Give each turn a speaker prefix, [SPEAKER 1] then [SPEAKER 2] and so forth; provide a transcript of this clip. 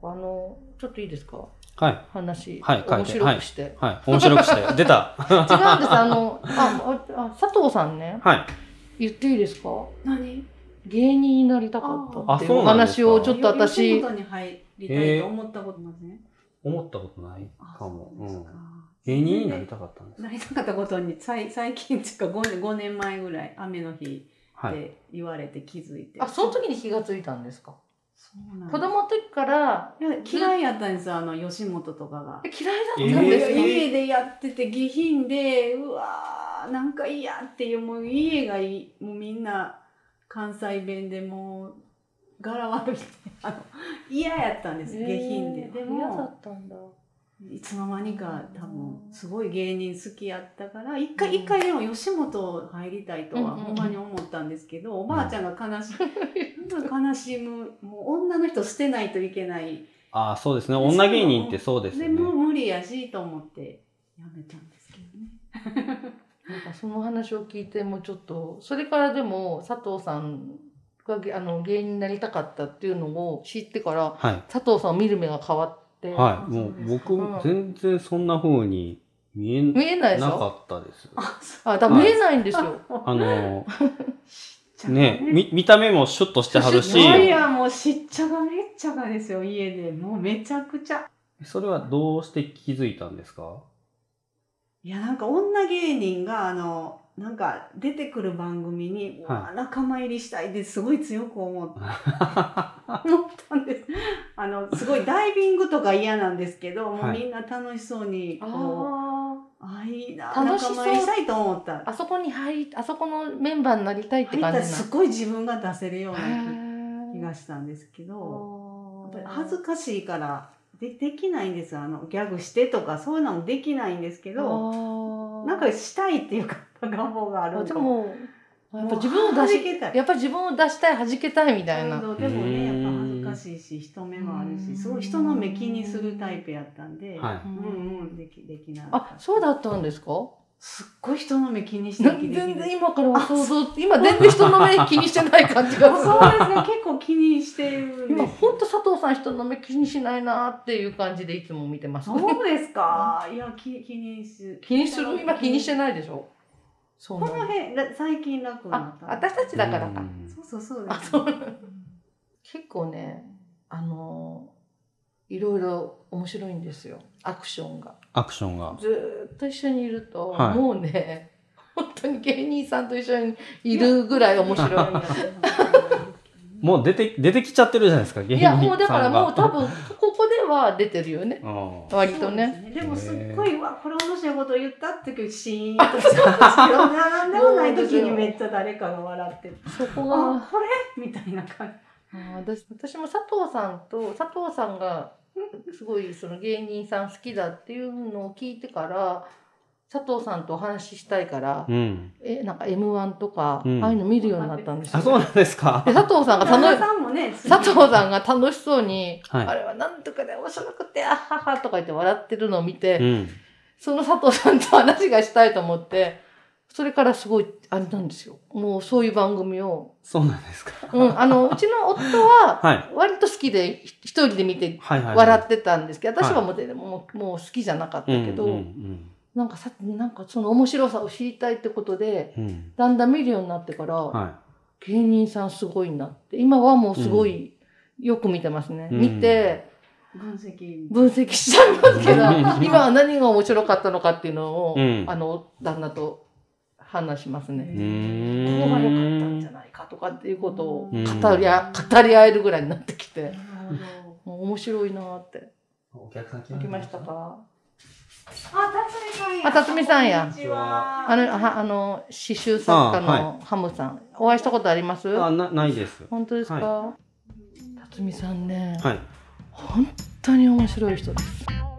[SPEAKER 1] ちょっといいですか
[SPEAKER 2] はい。
[SPEAKER 1] 話、
[SPEAKER 2] はい書い
[SPEAKER 1] 面
[SPEAKER 2] て
[SPEAKER 1] 白くして、
[SPEAKER 2] はい。面白く して。出た。
[SPEAKER 1] 違うんですあのあああ佐藤さんね
[SPEAKER 2] はい。
[SPEAKER 1] 言っていいですか
[SPEAKER 3] 何
[SPEAKER 1] 芸人になりたかったっていうお
[SPEAKER 2] ああそうなんで
[SPEAKER 1] 話
[SPEAKER 2] すか
[SPEAKER 1] をちょっと私
[SPEAKER 3] 吉本に入りたいと思ったことなんですね。
[SPEAKER 2] 思ったことない
[SPEAKER 3] あ
[SPEAKER 2] かも。
[SPEAKER 3] そう
[SPEAKER 2] う
[SPEAKER 3] ですか
[SPEAKER 2] ん。芸人になりたかったんです
[SPEAKER 3] な。りたかったことに最最近っていうか 5, 年5年前ぐらい雨の日っ
[SPEAKER 2] はい。
[SPEAKER 3] て言われて気づいて、
[SPEAKER 1] あその時に気がついたんですか
[SPEAKER 3] そうなん
[SPEAKER 1] 子
[SPEAKER 3] です
[SPEAKER 1] 供の時から
[SPEAKER 3] いや嫌いやったんですよあの吉本とかが
[SPEAKER 1] え。嫌い
[SPEAKER 2] えー
[SPEAKER 1] だったんです
[SPEAKER 3] い
[SPEAKER 1] か、
[SPEAKER 3] や家でやってて下品でうわーなんか嫌っていうもう家がいいもうみんな関西弁でもう柄悪いってあの嫌やったんです下品で、
[SPEAKER 1] えー
[SPEAKER 3] で
[SPEAKER 1] 嫌だ
[SPEAKER 3] も
[SPEAKER 1] ったんだ
[SPEAKER 3] いつの間にか多分すごい芸人好きやったから一回一回でも吉本入りたいとは
[SPEAKER 1] うんうんうん
[SPEAKER 3] ほんまに思ったんですけど、おばあちゃんが悲しむ本当に悲しむもう女の人捨てないといけない
[SPEAKER 2] ああ、そうですね。女芸人ってそうです
[SPEAKER 3] で
[SPEAKER 2] よ
[SPEAKER 3] もう
[SPEAKER 2] ね。
[SPEAKER 3] 無理やしと思ってやめたんですけどね。
[SPEAKER 1] なんかその話を聞いてもちょっとそれからでも佐藤さんがげあの芸人になりたかったっていうのを知ってから
[SPEAKER 2] は
[SPEAKER 1] 佐藤さんを見る目が変わって、
[SPEAKER 2] い。はい。もう僕
[SPEAKER 1] うん、
[SPEAKER 2] 全然そんな風に見え
[SPEAKER 1] 見えないでし
[SPEAKER 2] なか
[SPEAKER 1] ょ
[SPEAKER 2] ったです。
[SPEAKER 1] あだから見えないんですよ、
[SPEAKER 2] あの、
[SPEAKER 3] ちっちゃが
[SPEAKER 2] ね、み見た目もシュッとしてはる
[SPEAKER 1] シ
[SPEAKER 2] し
[SPEAKER 1] ュッ、
[SPEAKER 3] いやもうしっちゃがめっちゃがですよ家でもうめちゃくちゃ
[SPEAKER 2] それはどうして気づいたんですか
[SPEAKER 3] いやなんか女芸人があのなんか出てくる番組に、うわ
[SPEAKER 2] は
[SPEAKER 3] 仲間入りしたいですごい強く思っ思ったんですあのすごいダイビングとか嫌なんですけど、もう
[SPEAKER 2] はい
[SPEAKER 3] みんな楽しそうにこう
[SPEAKER 1] あ
[SPEAKER 3] あいいな
[SPEAKER 1] 楽しそ
[SPEAKER 3] 仲
[SPEAKER 1] う
[SPEAKER 3] 間入りしたいと思った
[SPEAKER 1] ああそこに入りあそこのメンバーになりたいって
[SPEAKER 3] 入った
[SPEAKER 1] 感じ
[SPEAKER 3] ら
[SPEAKER 1] な
[SPEAKER 3] すごい自分が出せるような気気
[SPEAKER 1] へ
[SPEAKER 3] が
[SPEAKER 1] ー
[SPEAKER 3] したんですけど、やっぱり
[SPEAKER 1] あ
[SPEAKER 3] 恥ずかしいからでできないんですあのギャグしてとかそういうのもできないんですけ
[SPEAKER 1] け
[SPEAKER 3] どなんかしたいっていうか願望がある
[SPEAKER 1] あ
[SPEAKER 3] の
[SPEAKER 1] で
[SPEAKER 3] かも
[SPEAKER 1] もやっぱ自分を出
[SPEAKER 3] もう弾けた
[SPEAKER 1] し
[SPEAKER 3] い
[SPEAKER 1] やっぱ自分を出したい弾けたいみたいな、
[SPEAKER 3] そうでもねやっぱ恥ずかしいし人目もあるしすごい人の目気にするタイプやったんで、
[SPEAKER 2] は
[SPEAKER 3] うんうんできできなかっ
[SPEAKER 1] あ
[SPEAKER 3] た
[SPEAKER 1] そうだったんですか
[SPEAKER 3] すっごい人の目気にして
[SPEAKER 1] な
[SPEAKER 3] 生きてきて
[SPEAKER 1] 全然今からは想像今全然人の目気にしてない感じがする
[SPEAKER 3] そうですね結構気にしてるん
[SPEAKER 1] 今
[SPEAKER 3] です
[SPEAKER 1] ほんと佐藤さん人の目気にしないなっていう感じでいつも見てます
[SPEAKER 3] そうですかいや気気にし
[SPEAKER 1] 気にする今気にしてないでしょそう
[SPEAKER 3] こ
[SPEAKER 1] な
[SPEAKER 3] の
[SPEAKER 1] の
[SPEAKER 3] 辺ら最近楽にな
[SPEAKER 1] あ
[SPEAKER 3] った
[SPEAKER 1] 私たち
[SPEAKER 2] い。
[SPEAKER 1] だからか
[SPEAKER 2] うん
[SPEAKER 3] そうそうそうです、
[SPEAKER 1] あそう結構ねあのいろいろ面白いんですよアクションが
[SPEAKER 2] アクションが。
[SPEAKER 1] ずーっと一緒にいると、
[SPEAKER 2] はい
[SPEAKER 1] もうね 本当に芸人さんと一緒にいるぐらい面白い
[SPEAKER 2] もう出て、出てきちゃってるじゃ ないですか、芸
[SPEAKER 1] い
[SPEAKER 2] 人さ
[SPEAKER 1] や
[SPEAKER 2] んが。
[SPEAKER 1] もうだからもう多分ここでは出てるよ ね
[SPEAKER 2] うん。
[SPEAKER 1] 割とね
[SPEAKER 3] そうです。でもすっごい、うわ、これ面白いこと言ったっていうシーンとしてるんです けど、なんでもない時にめっちゃ誰かが笑ってる。
[SPEAKER 1] そこが
[SPEAKER 3] あ、これみたいな感
[SPEAKER 1] あー私私も佐藤さんと佐藤さんがすごいその芸人さん好きだっていうのを聞いてから佐藤さんとお話ししたいから、
[SPEAKER 2] うん。
[SPEAKER 1] えなんか m 1とか、
[SPEAKER 2] うん
[SPEAKER 1] ああいうの見るようになったんですよ。
[SPEAKER 2] あ、そうなんで すか
[SPEAKER 1] で。佐藤さん
[SPEAKER 3] じ。
[SPEAKER 1] が
[SPEAKER 3] 田中
[SPEAKER 1] 楽し
[SPEAKER 3] さんもね、
[SPEAKER 1] 佐藤さんが楽しそうに、あ
[SPEAKER 2] は
[SPEAKER 1] れはなんとかで面白くてあははとか言って笑ってるのを見て、
[SPEAKER 2] い。うん。
[SPEAKER 1] その佐藤さんと話がしたいと思ってそれからすごいあれなんですよもうそういう番組を、
[SPEAKER 2] そうなんですか。
[SPEAKER 1] うん、あ のうちの夫は
[SPEAKER 2] はい。
[SPEAKER 1] 割と好きでひ一人で見て
[SPEAKER 2] はいはいはい。
[SPEAKER 1] 笑ってたんですけど
[SPEAKER 2] はい
[SPEAKER 1] 私はもう,、もうもう好きじゃなかったけど、
[SPEAKER 2] うんうん
[SPEAKER 1] なんかさなんかその面白さを知りたいってことで
[SPEAKER 2] うんうん
[SPEAKER 1] だんだん見るようになってから、
[SPEAKER 2] は
[SPEAKER 1] 芸人さんすごいなって今はもうすごい、よく見てますね、
[SPEAKER 2] うん
[SPEAKER 1] 見て
[SPEAKER 3] 分析。
[SPEAKER 1] 分析しちゃいますけど
[SPEAKER 2] うん
[SPEAKER 1] 今は何が面白かったのかっていうのを、
[SPEAKER 2] い。うん。
[SPEAKER 1] あの旦那と話しますね。
[SPEAKER 2] う
[SPEAKER 1] こ
[SPEAKER 2] ー
[SPEAKER 1] こ
[SPEAKER 2] ん
[SPEAKER 1] が良かったんじゃないかとかっていうことを
[SPEAKER 3] うん
[SPEAKER 1] 語りあ語り合えるぐらいになってきて
[SPEAKER 3] なるほ
[SPEAKER 1] もう面白いなーって
[SPEAKER 2] お客さん
[SPEAKER 1] 来ました。か
[SPEAKER 3] どあ、辰巳さんや。
[SPEAKER 1] あ辰巳さんや
[SPEAKER 3] こんにちは。
[SPEAKER 1] あのはあの刺繍作家
[SPEAKER 2] あ
[SPEAKER 1] のハムさんお会いしたことあります
[SPEAKER 2] あ、な、ないです。
[SPEAKER 1] 本当ですか、辰巳さんね、
[SPEAKER 2] はい。
[SPEAKER 1] 本当に面白い人です
[SPEAKER 4] 「